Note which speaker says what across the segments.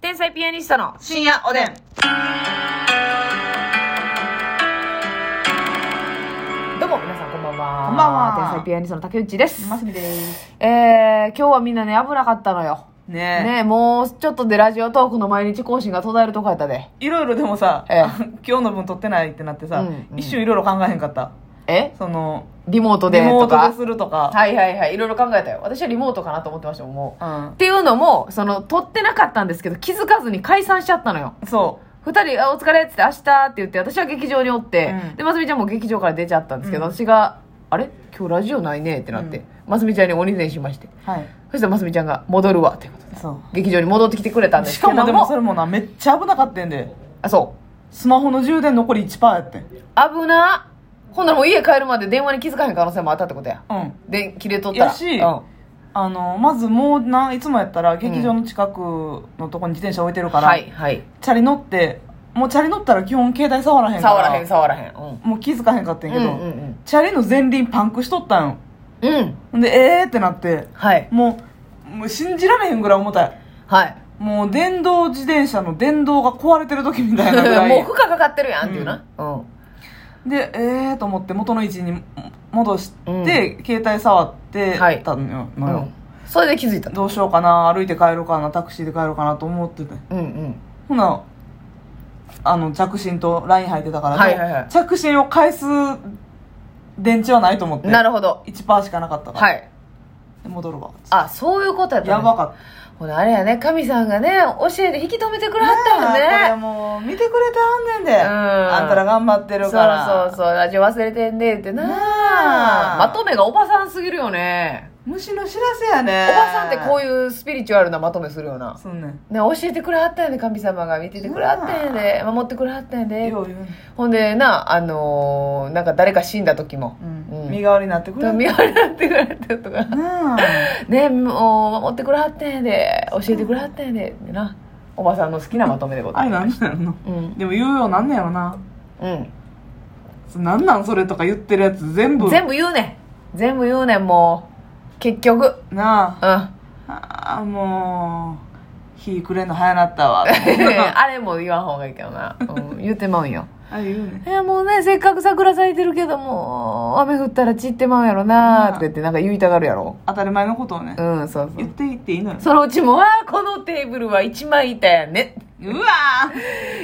Speaker 1: 天才ピアニストの
Speaker 2: 深夜おでん。
Speaker 1: どうも皆さんこんばんは
Speaker 2: こんばんは
Speaker 1: 天才ピアニストの竹内です、
Speaker 2: ますみです。
Speaker 1: えー、今日はみんなね危なかったのよ
Speaker 2: ねえ。
Speaker 1: ねもうちょっとでラジオトークの毎日更新が途絶えるとこやったで
Speaker 2: いろいろでもさ、
Speaker 1: ええ
Speaker 2: 今日の分取ってないってなってさ、
Speaker 1: うんうん
Speaker 2: 一瞬いろいろ考えへんかった。
Speaker 1: え
Speaker 2: その、
Speaker 1: リモートで
Speaker 2: リ
Speaker 1: とか
Speaker 2: モートでするとか。
Speaker 1: はいはいはいいろいろ考えたよ私はリモートかなと思ってましたもんもう
Speaker 2: うん
Speaker 1: っ。ていうのもその撮ってなかったんですけど気づかずに解散しちゃったのよ
Speaker 2: そ
Speaker 1: 二人あ「お疲れ」っつって「明日」って言って私は劇場におって、
Speaker 2: うん
Speaker 1: でますみちゃんも劇場から出ちゃったんですけど、
Speaker 2: うん
Speaker 1: 私が「あれ今日ラジオないね」ってなって、
Speaker 2: うん
Speaker 1: ますみちゃんに鬼伝しまして
Speaker 2: う。はい。
Speaker 1: そしたらますみちゃんが「戻るわ」っていうことで
Speaker 2: そ
Speaker 1: 劇場に戻ってきてくれたん
Speaker 2: う。
Speaker 1: で
Speaker 2: し
Speaker 1: すけど
Speaker 2: か
Speaker 1: も
Speaker 2: もでもそれもな、めっちゃ危なかったんで。
Speaker 1: あそ
Speaker 2: スマホの充電残り1%やってん。
Speaker 1: う危なほんならもう家帰るまで電話に気づかへん可能性もあったってことや
Speaker 2: うん。
Speaker 1: で切れとったら
Speaker 2: やし
Speaker 1: うん
Speaker 2: あの、まずもうな、いつもやったら劇場の近くのとこに自転車置いてるから、
Speaker 1: はいはい
Speaker 2: チャリ乗って、もうチャリ乗ったら基本携帯触らへんから。
Speaker 1: 触らへん触らへんうん
Speaker 2: もう気づかへんかったんやけど、
Speaker 1: うんうん
Speaker 2: チャリの前輪パンクしとったんよ。
Speaker 1: うん、うん、
Speaker 2: で、えーってなって、
Speaker 1: はい
Speaker 2: もう、もう信じられへんぐらい重たい。
Speaker 1: はい
Speaker 2: もう電動自転車の電動が壊れてる時みたいなぐ ら
Speaker 1: もう
Speaker 2: い
Speaker 1: 負。荷かかってるやんっていうなうん
Speaker 2: で、えーと思って元の位置にも戻して、携帯触って
Speaker 1: はい
Speaker 2: たのよ。
Speaker 1: うんそれで気づいた
Speaker 2: どうしようかな、歩いて帰ろうかな、タクシーで帰ろうかなと思ってて。
Speaker 1: うんうん
Speaker 2: ほな、あの、着信と LINE 入ってたから、
Speaker 1: はいはいはい
Speaker 2: 着信を返す電池はないと思って。
Speaker 1: なるほど
Speaker 2: 1%しかなかったから。
Speaker 1: はい
Speaker 2: で戻るわ。
Speaker 1: あそういうことやった
Speaker 2: やばかった。
Speaker 1: たほらあれやね神さんがね教えて引き止めてくれはったもん
Speaker 2: ねえこれ
Speaker 1: ね
Speaker 2: もう見てくれてはんねんで、
Speaker 1: ん
Speaker 2: あんたら頑張って
Speaker 1: そう
Speaker 2: るから
Speaker 1: そうそうラジオ忘れてんねってな
Speaker 2: なあ
Speaker 1: まとめがおばさんすぎるよね
Speaker 2: 虫の知らせやね
Speaker 1: おばさんってこう
Speaker 2: う
Speaker 1: いうスピリチュアルなまとめするよな
Speaker 2: そんねん
Speaker 1: ね、教えてくれはったんやで神様が見ててくれはったんやで守ってくれはったんやで
Speaker 2: よう言うね
Speaker 1: ほんでなあのーなんか誰か死んだ時も、
Speaker 2: うん
Speaker 1: うん
Speaker 2: 身代わりになってくれ
Speaker 1: 見張りなってくれたとか
Speaker 2: なあ
Speaker 1: ねもう守ってくれはったんやで教えてくれはったんやでってなおばさんの好きなまとめでご
Speaker 2: あ
Speaker 1: ざい
Speaker 2: れ
Speaker 1: ま
Speaker 2: な
Speaker 1: す
Speaker 2: んなんやろな
Speaker 1: うん
Speaker 2: でも言うようなんねやろな
Speaker 1: う
Speaker 2: そなんなんそれとか言ってるやつ全部
Speaker 1: ん全部言うねん全部言うねんもう結局うん
Speaker 2: なあ
Speaker 1: あ
Speaker 2: ああもう火くれんの早なっ たわあ
Speaker 1: れも言わん方がいいけどな、うん、言ってまうんよ
Speaker 2: れ言うね
Speaker 1: いやもうねせっかく桜咲いてるけどもう雨降ったら散ってまうんやろなとか言ってなんか言いたがるやろ
Speaker 2: 当たり前のことをね
Speaker 1: うんそうそ
Speaker 2: 言っ
Speaker 1: う
Speaker 2: ていいっていいのよ
Speaker 1: そのうちも「あーこのテーブルは一枚板やね
Speaker 2: うわ」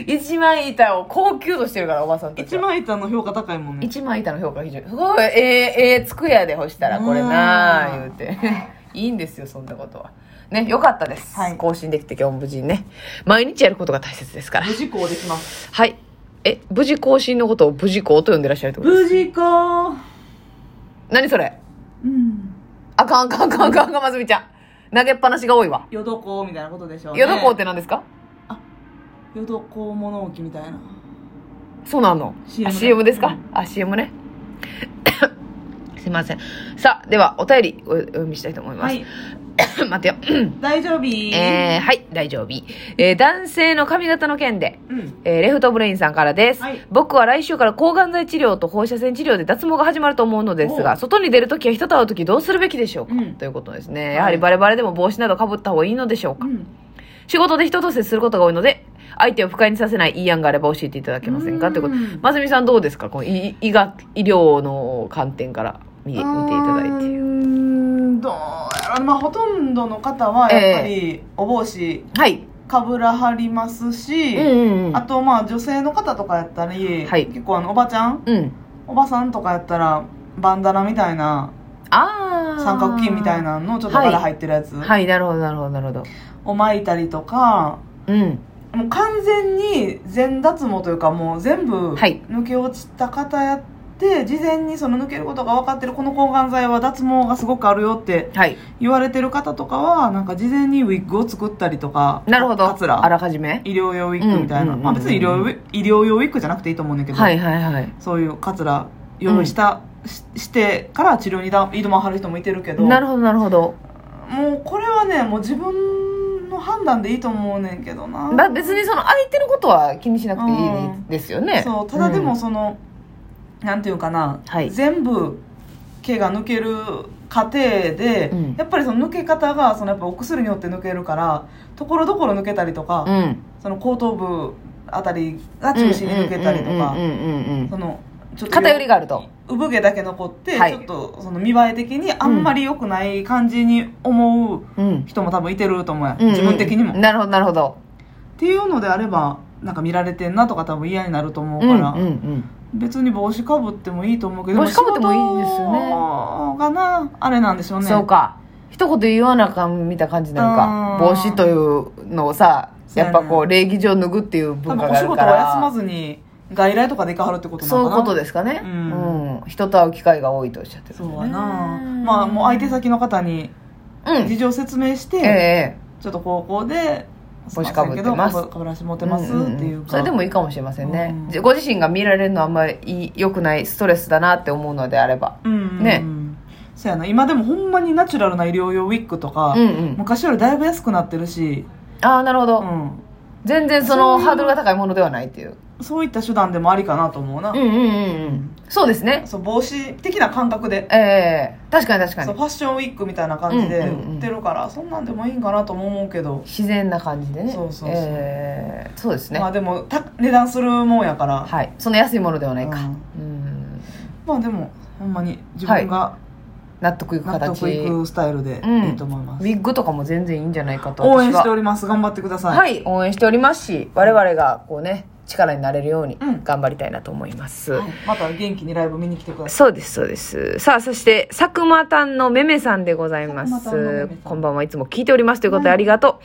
Speaker 1: 一枚板を高級としてるからおばさん
Speaker 2: ー
Speaker 1: たち
Speaker 2: 一
Speaker 1: は
Speaker 2: 枚板の評価高いもんね
Speaker 1: 一枚板の評価非常にすごいええええ机やで干したらこれなあ
Speaker 2: う
Speaker 1: 言うんて いいんですよそんなことはねよかったです、
Speaker 2: はい
Speaker 1: 更新できて今日も無事にね毎日やることが大切ですから
Speaker 2: 無事故できます
Speaker 1: はいえ無事更新のことを無事更と呼んでらっしゃるってこと
Speaker 2: 無事故
Speaker 1: 何それ
Speaker 2: うん
Speaker 1: あかんあかんあかんあかんあかんまずみちゃん投げっぱなしが多いわ
Speaker 2: よどこみたいなことでしょうね
Speaker 1: よどこって何ですか
Speaker 2: よどこ物置みたいな
Speaker 1: そうなの
Speaker 2: CM
Speaker 1: あ CM ですかあ CM ねすいませんさあではお便りおお読みしたいと思います、
Speaker 2: はい
Speaker 1: 待てよ
Speaker 2: 大丈夫
Speaker 1: え
Speaker 2: え
Speaker 1: ー、はい、大丈夫。えー男性の髪型の件で、
Speaker 2: うん
Speaker 1: えーレフトブレインさんからです、
Speaker 2: はい
Speaker 1: 僕は来週から抗がん剤治療と放射線治療で脱毛が始まると思うのです
Speaker 2: お
Speaker 1: が、
Speaker 2: う
Speaker 1: 外に出るときや人と会うときどうするべきでしょうか、
Speaker 2: うん
Speaker 1: ということですね。やはりバレバレでも帽子などかぶった方がいいのでしょうか、
Speaker 2: うん
Speaker 1: 仕事で人と接することが多いので、相手を不快にさせないいい案があれば教えていただけませんか
Speaker 2: うん
Speaker 1: ということまずみさんどうですかこの医医学、医療の観点から見見ていただ
Speaker 2: う
Speaker 1: いて。
Speaker 2: ーんどうやろまあほとんどの方はやっぱりお帽子
Speaker 1: はい。
Speaker 2: かぶらはりますし、
Speaker 1: うんうんうん
Speaker 2: あとまあ女性の方とかやったり、
Speaker 1: はい
Speaker 2: 結構あのおばちゃん
Speaker 1: うん。
Speaker 2: おばさんとかやったらバンダナみたいな
Speaker 1: ああ。
Speaker 2: 三角形みたいなのちょっと柄入ってるやつ
Speaker 1: はい、なるほど、なるほど、なるほど。
Speaker 2: を巻いたりとか
Speaker 1: うん。
Speaker 2: もう完全に全脱毛というかもう全部
Speaker 1: はい
Speaker 2: 抜け落ちた方やって、事前にその抜けることが分かってるこの抗がん剤は脱毛がすごくあるよって
Speaker 1: はい。
Speaker 2: 言われてる方とかはなんか事前にウィッグを作ったりとか
Speaker 1: なるほど。
Speaker 2: かつ
Speaker 1: あ
Speaker 2: ら
Speaker 1: らかじめ。
Speaker 2: 医療用ウィッグみたいな、
Speaker 1: うんうんうんうん
Speaker 2: まあ、別に医療用ウィ医療用ウィッグじゃなくていいと思うんだけど、
Speaker 1: はいはいはい。
Speaker 2: そういうかつら用意した、ししてから治療にだ挑まはる人もいてるけど
Speaker 1: なるほど、なるほど。
Speaker 2: もうこれはねもう自分の判断でいいと思うねんけどな
Speaker 1: だ別にその相手のことは気にしなくてい
Speaker 2: う
Speaker 1: い
Speaker 2: ん
Speaker 1: ですよね。
Speaker 2: そうただでも
Speaker 1: ん
Speaker 2: その、なんていうかな、
Speaker 1: はい
Speaker 2: 全部毛が抜ける過程で、
Speaker 1: うん
Speaker 2: やっぱりその抜け方がそのやっぱお薬によって抜けるからところどころ抜けたりとか、
Speaker 1: うん
Speaker 2: その後頭部あたりが中心に抜けたりとか
Speaker 1: うんうんうんうんうん
Speaker 2: そのちょっと
Speaker 1: 偏りがあると
Speaker 2: 産毛だけ残って、
Speaker 1: はい
Speaker 2: ちょっとその見栄え的にあんまり良くない感じに思う
Speaker 1: うん
Speaker 2: 人も多分いてると思うやん、
Speaker 1: うんうん
Speaker 2: 自分的にも、っ
Speaker 1: なるほどなるほど
Speaker 2: ていうのであればなんか見られてんなとか多分嫌になると思う
Speaker 1: う
Speaker 2: か
Speaker 1: んう
Speaker 2: ら、
Speaker 1: ん
Speaker 2: 別に帽子かぶってもいいと思うけど
Speaker 1: 帽子かぶってもいいですよね
Speaker 2: 仕事がなあれなんでしょ
Speaker 1: う
Speaker 2: うんね
Speaker 1: そうか一言言わなあかんみたいな感じなのか
Speaker 2: うん
Speaker 1: 帽子というのをさやっぱこう礼儀上脱ぐっていう
Speaker 2: 多
Speaker 1: 文
Speaker 2: 分
Speaker 1: 化
Speaker 2: お
Speaker 1: があ
Speaker 2: 仕
Speaker 1: る
Speaker 2: 事
Speaker 1: か
Speaker 2: は休ま
Speaker 1: ら
Speaker 2: ずに外来とかで行かはるってことな
Speaker 1: そうい
Speaker 2: の
Speaker 1: う
Speaker 2: かな
Speaker 1: ことですかね
Speaker 2: う
Speaker 1: うん人と会う機会が多いとおっしゃってる
Speaker 2: そうやなまあもう相手先の方に
Speaker 1: うん
Speaker 2: 事情説明して、
Speaker 1: ええ
Speaker 2: ちょっと高校で
Speaker 1: 帽子かぶってます
Speaker 2: いせんけどかぶらして持ってます
Speaker 1: うんうんうん
Speaker 2: っていうか、
Speaker 1: それでもいいかもしれませんね、
Speaker 2: うん
Speaker 1: じご自身が見られるのはあんまりいい良くないストレスだなって思うのであれば
Speaker 2: うんうんうん
Speaker 1: ね
Speaker 2: そうやな今でもほんまにナチュラルな医療用ウィッグとか、
Speaker 1: うんうん
Speaker 2: 昔よりだいぶ安くなってるし、
Speaker 1: ああなるほど、
Speaker 2: うん、
Speaker 1: 全然そのハードルが高いものではないっていう
Speaker 2: そういった手段でもありかなと思うな、
Speaker 1: うんうんうんうんそうですね
Speaker 2: そう帽子的な感覚で、
Speaker 1: ええ確かに確か
Speaker 2: そう
Speaker 1: に
Speaker 2: ファッションウィッグみたいな感じで
Speaker 1: うんうんうん
Speaker 2: 売ってるから、そんなんでもいいんかなとも思うけど、
Speaker 1: 自然な感じでね
Speaker 2: そうそうそう
Speaker 1: ええそうですね、
Speaker 2: まあでもた値段するもんやから、
Speaker 1: はいその安いものではないかうん
Speaker 2: まあでもほんまに自分が
Speaker 1: 納得いく
Speaker 2: 納
Speaker 1: 形
Speaker 2: 得いくスタイルで
Speaker 1: うん
Speaker 2: いいと思います、
Speaker 1: ウィッグとかも全然いいんじゃないかと
Speaker 2: 応援
Speaker 1: 私
Speaker 2: してお
Speaker 1: は
Speaker 2: ります頑張ってください、
Speaker 1: はい応援しておりますし我々がこうね力になれるように
Speaker 2: うん
Speaker 1: 頑張りたいなと思います、
Speaker 2: はいまた元気にライブ見に来てください
Speaker 1: そうですそうですさあそして佐久間丹のめめさんでございま
Speaker 2: 佐久間丹のめ
Speaker 1: す
Speaker 2: めさん
Speaker 1: こんばんはいつも聞いておりますということで
Speaker 2: はい
Speaker 1: ありがとう、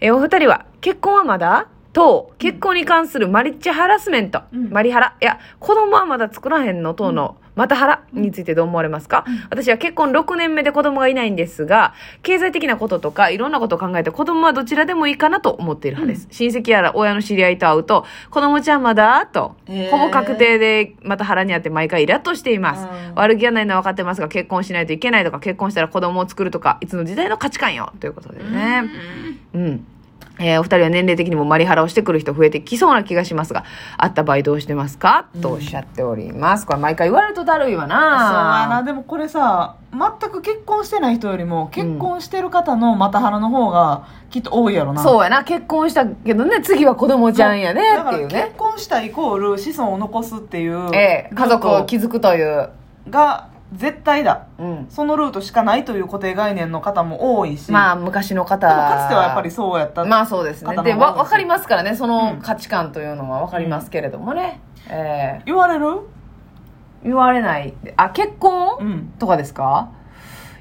Speaker 1: えーお二人は結婚はまだと結婚に関するマリッチハラスメント、
Speaker 2: うん
Speaker 1: マリハラいや子供はまだ作らへんの等の、またハラについてどう思われますか、私は結婚6年目で子供がいないんですが経済的なこととかいろんなことを考えて子供はどちらでもいいかなと思っている派です、親戚やら親の知り合いと会うと子供ちゃんまだと、
Speaker 2: へー
Speaker 1: ほぼ確定家庭でまた腹にあって毎回イラッとしています、
Speaker 2: うん
Speaker 1: 悪気がないのは分かってますが結婚しないといけないとか結婚したら子供を作るとかいつの時代の価値観よということでねうん、えーお二人は年齢的にもマリハラをしてくる人増えてきそうな気がしますがあった場合どうしてますか、とおっしゃっておりますこれ毎回言われるとだるいわ
Speaker 2: そうやな
Speaker 1: な
Speaker 2: でもこれさ全く結婚してない人よりも結婚してる方の股腹の方がきっと多いやろな、
Speaker 1: そうやな結婚したけどね次は子供ちゃんやね
Speaker 2: だ
Speaker 1: っ
Speaker 2: か
Speaker 1: て
Speaker 2: ら
Speaker 1: いうね
Speaker 2: 結婚したイコール子孫を残すっていう、
Speaker 1: ええ家族を築くという、
Speaker 2: が絶対だ
Speaker 1: うん、
Speaker 2: そのルートしかないという固定概念の方も多いし、
Speaker 1: まあ昔の方
Speaker 2: でもかつてはやっぱりそうやった、
Speaker 1: まあそうですね
Speaker 2: 方も多い
Speaker 1: で
Speaker 2: し
Speaker 1: わ分かりますからねそうの
Speaker 2: ん
Speaker 1: 価値観というのは分かりますけれどもね、え
Speaker 2: 言われる
Speaker 1: ー言われないあ結婚、
Speaker 2: うん
Speaker 1: とかですか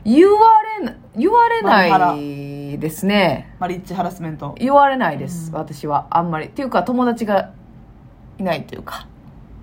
Speaker 1: 言われな言われ
Speaker 2: まあ
Speaker 1: な
Speaker 2: 腹
Speaker 1: いですね
Speaker 2: マリッチハラスメント
Speaker 1: 言われないです、
Speaker 2: うん
Speaker 1: 私はあんまりっていうか友達がいないというか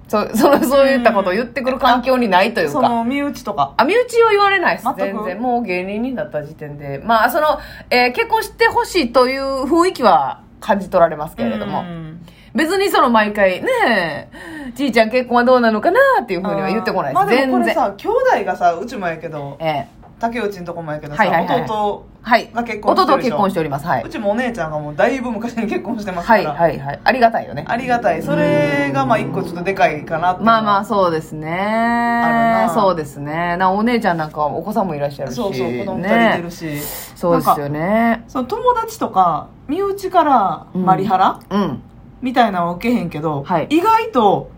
Speaker 1: そ そのそういったことを言ってくる環境にないというか、
Speaker 2: その身内とか
Speaker 1: あ、身内は言われないです。
Speaker 2: 全く
Speaker 1: 全然。もう芸人になった時点で。まあ、その、えー結婚してほしいという雰囲気は感じ取られますけれども。
Speaker 2: うん
Speaker 1: 別にその毎回、ねえ、ちいちゃん結婚はどうなのかなっていうふうには言ってこないです。
Speaker 2: まあでもこ
Speaker 1: 全
Speaker 2: れ
Speaker 1: 然。
Speaker 2: さ兄弟がさうちもやけど
Speaker 1: ええ
Speaker 2: 竹内のとこもやけどさ、
Speaker 1: はいはいはい
Speaker 2: 弟
Speaker 1: はい。
Speaker 2: が結婚して
Speaker 1: 弟
Speaker 2: るでしょ。
Speaker 1: は結婚しております。はいう
Speaker 2: ちもお姉ちゃんがもうだいぶ昔に結婚してますか
Speaker 1: はい、
Speaker 2: ら、
Speaker 1: はい、はい。ありがたいよね。
Speaker 2: ありがたいそれがまあ一個ちょっとでかいかなっていうの
Speaker 1: ま
Speaker 2: は
Speaker 1: あまあ、そうですね
Speaker 2: あ。るな
Speaker 1: そうですね。な、お姉ちゃんなんかはお子さんもいらっしゃるし。
Speaker 2: そうそう子供二人いてる
Speaker 1: ね。
Speaker 2: し、
Speaker 1: そうですよね。
Speaker 2: その友達とか身内から
Speaker 1: うん
Speaker 2: マリハラ、
Speaker 1: うん。
Speaker 2: みたいなのは受けへんけど、
Speaker 1: はい
Speaker 2: 意外と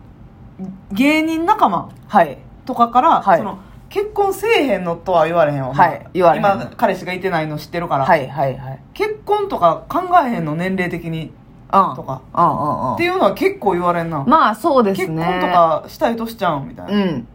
Speaker 2: 芸人仲間
Speaker 1: はい。
Speaker 2: とかから、
Speaker 1: はい
Speaker 2: その結婚せえへんのとは言われへんわ、
Speaker 1: はい言われへん
Speaker 2: 今彼氏がいてないの知ってるから、
Speaker 1: はい、はい、はい。
Speaker 2: 結婚とか考えへんの年齢的に
Speaker 1: うん。
Speaker 2: とか、
Speaker 1: うんうんうん
Speaker 2: っていうのは結構言われんな、
Speaker 1: まあそうですね
Speaker 2: 結婚とかしたいとしちゃうんみたいな、
Speaker 1: うん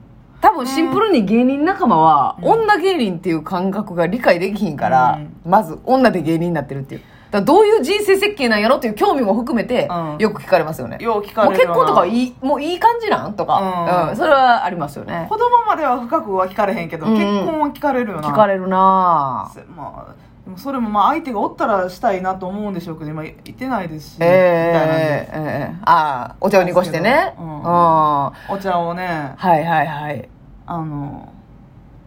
Speaker 1: 多分シンプルに芸人仲間は、女芸人っていう感覚が理解できひんから、まず女で芸人になってるっていうだからどういう人生設計なんやろっていう興味も含めて、
Speaker 2: うん
Speaker 1: よく聞かれますよね
Speaker 2: よう聞かれるよな
Speaker 1: もう結婚とかいいもういい感じなんとか、
Speaker 2: うん
Speaker 1: それはありますよね
Speaker 2: 子供までは深くは聞かれへんけど、
Speaker 1: うんうん
Speaker 2: 結婚は聞かれるよな
Speaker 1: 聞かれるなぁ
Speaker 2: せまあでもそれもまあ相手がおったらしたいなと思うんでしょうけど今いてないですし、
Speaker 1: ええ
Speaker 2: みたいなんで
Speaker 1: ええええああお茶を濁してね
Speaker 2: うん
Speaker 1: は
Speaker 2: お茶をね
Speaker 1: いはいはい
Speaker 2: あの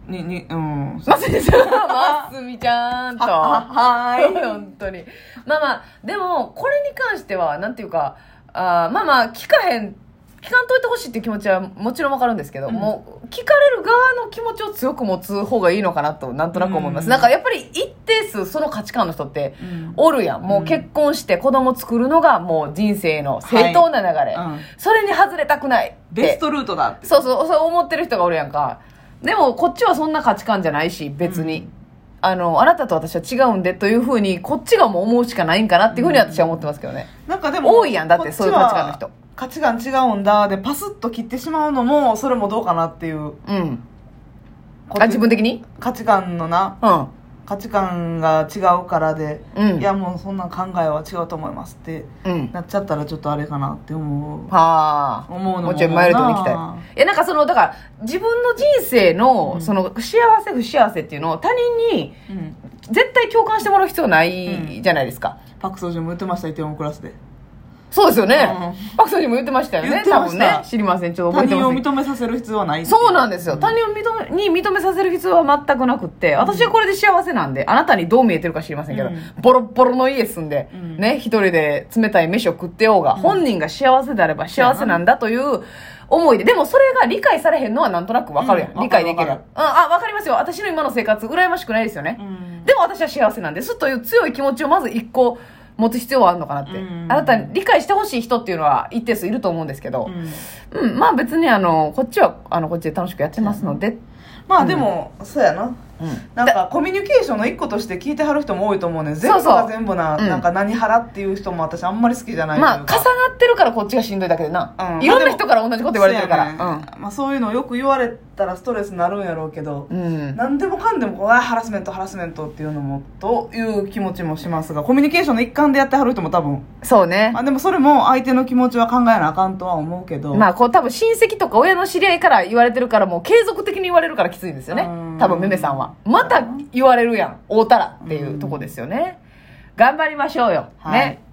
Speaker 2: ににうん
Speaker 1: まつみちゃん まつみちゃ んと
Speaker 2: はーい
Speaker 1: 本当にまあまあでもこれに関してはなんていうかあーまあまあ聞かへん聞かんといてほしいっていう気持ちはもちろんわかるんですけど、
Speaker 2: うん
Speaker 1: もう聞かれる側の気持ちを強く持つ方がいいのかなとなんとなく思います、
Speaker 2: うん
Speaker 1: なんかやっぱり一定数その価値観の人って
Speaker 2: うん
Speaker 1: おるやんもう結婚して子供作るのがもう人生の正当な流れ、
Speaker 2: うん
Speaker 1: それに外れたくないって
Speaker 2: ベストルートだって
Speaker 1: そうそうそう思ってる人がおるやんかでもこっちはそんな価値観じゃないし別に、
Speaker 2: うん
Speaker 1: あのあなたと私は違うんでというふうにこっちがもう思うしかないんかなっていうふうに私は思ってますけどね、
Speaker 2: なんかでも
Speaker 1: 多いやんだってそういう価値観の人
Speaker 2: こっちは価値観違うんだでパスッと切ってしまうのもそれもどうかなっていう
Speaker 1: うんあ自分的に
Speaker 2: 価値観のな
Speaker 1: うん
Speaker 2: 価値観が違うからで、
Speaker 1: うん
Speaker 2: いやもうそんな考えは違うと思いますって
Speaker 1: うん
Speaker 2: なっちゃったらちょっとあれかなって思う
Speaker 1: はあ
Speaker 2: 思うのも
Speaker 1: もうちょいマイルドに行きたい
Speaker 2: ない
Speaker 1: やなんかそのだから自分の人生の、
Speaker 2: うん
Speaker 1: その幸せ不幸せっていうのを他人に
Speaker 2: うん
Speaker 1: 絶対共感してもらう必要ないじゃないですか、
Speaker 2: パク・ソジュンも言ってましたイテウォンクラスで
Speaker 1: そうですよね、
Speaker 2: う
Speaker 1: パクソジンも言ってましたよ
Speaker 2: 言
Speaker 1: ね
Speaker 2: って
Speaker 1: 多
Speaker 2: ま
Speaker 1: 分
Speaker 2: した
Speaker 1: ね知りませんちょっと
Speaker 2: 他
Speaker 1: 覚えてません
Speaker 2: 人を
Speaker 1: けど
Speaker 2: 認めさせる必要はないってい
Speaker 1: そうなんですよ、
Speaker 2: うん
Speaker 1: 他人を認めに認めさせる必要は全くなくって私はこれで幸せなんで、あなたにどう見えてるか知りませんけど、
Speaker 2: うん
Speaker 1: ボロッボロの家住んで、
Speaker 2: うん
Speaker 1: ね一人で冷たい飯を食ってようが、本人が幸せであれば幸せなんだという思いででもそれが理解されへんのはなんとなくわかるやん、
Speaker 2: うん
Speaker 1: 理解できる
Speaker 2: わか
Speaker 1: うん
Speaker 2: るわかる
Speaker 1: あわかりますよ私の今の生活羨ましくないですよね、
Speaker 2: うん
Speaker 1: でも私は幸せなんですという強い気持ちをまず一個持つ必要はあるのかなって、
Speaker 2: うん
Speaker 1: あなたに理解してほしい人っていうのは一定数いると思うんですけど、
Speaker 2: うん
Speaker 1: うん、まあ別にあのこっちはあのこっちで楽しくやってますので、
Speaker 2: まあでも、そうやな
Speaker 1: うん、
Speaker 2: なんかコミュニケーションの一個として聞いてはる人も多いと思うねん全
Speaker 1: そう
Speaker 2: 部
Speaker 1: そう
Speaker 2: が全部な
Speaker 1: うん
Speaker 2: なんか何払っていう人も私あんまり好きじゃないと
Speaker 1: まあ
Speaker 2: いう
Speaker 1: 重な
Speaker 2: か
Speaker 1: ってるからこっちがしんどいだけでな、
Speaker 2: うん
Speaker 1: いろんな人から同じこと言われてるから、
Speaker 2: そうやねまあ、そういうのよく言われたらストレスになるんやろうけど、
Speaker 1: うん、うん、
Speaker 2: 何でもかんでもこうあーハラスメントハラスメントっていうのもという気持ちもしますがコミュニケーションの一環でやってはる人も多分、
Speaker 1: そうね
Speaker 2: まあ、でもそれも相手の気持ちは考えなあかんとは思うけど、
Speaker 1: まあこう多分親戚とか親の知り合いから言われてるからもう継続的に言われるからきついんですよね
Speaker 2: うん
Speaker 1: 多分めめさんはまた言われるやん会うたらっていうとこですよね頑張りましょうよ、
Speaker 2: はい
Speaker 1: ね